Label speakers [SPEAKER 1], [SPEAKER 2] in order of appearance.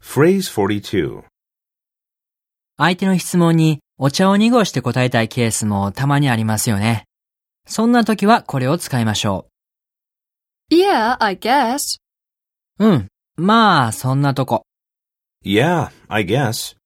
[SPEAKER 1] Phrase 42.
[SPEAKER 2] 相手の質問にお茶を濁して答えたいケースもたまにありますよね。そんな時はこれを使いましょ
[SPEAKER 3] Yeah, I guess.
[SPEAKER 2] う。うん。まあ、そんなとこ。
[SPEAKER 1] Yeah, I guess.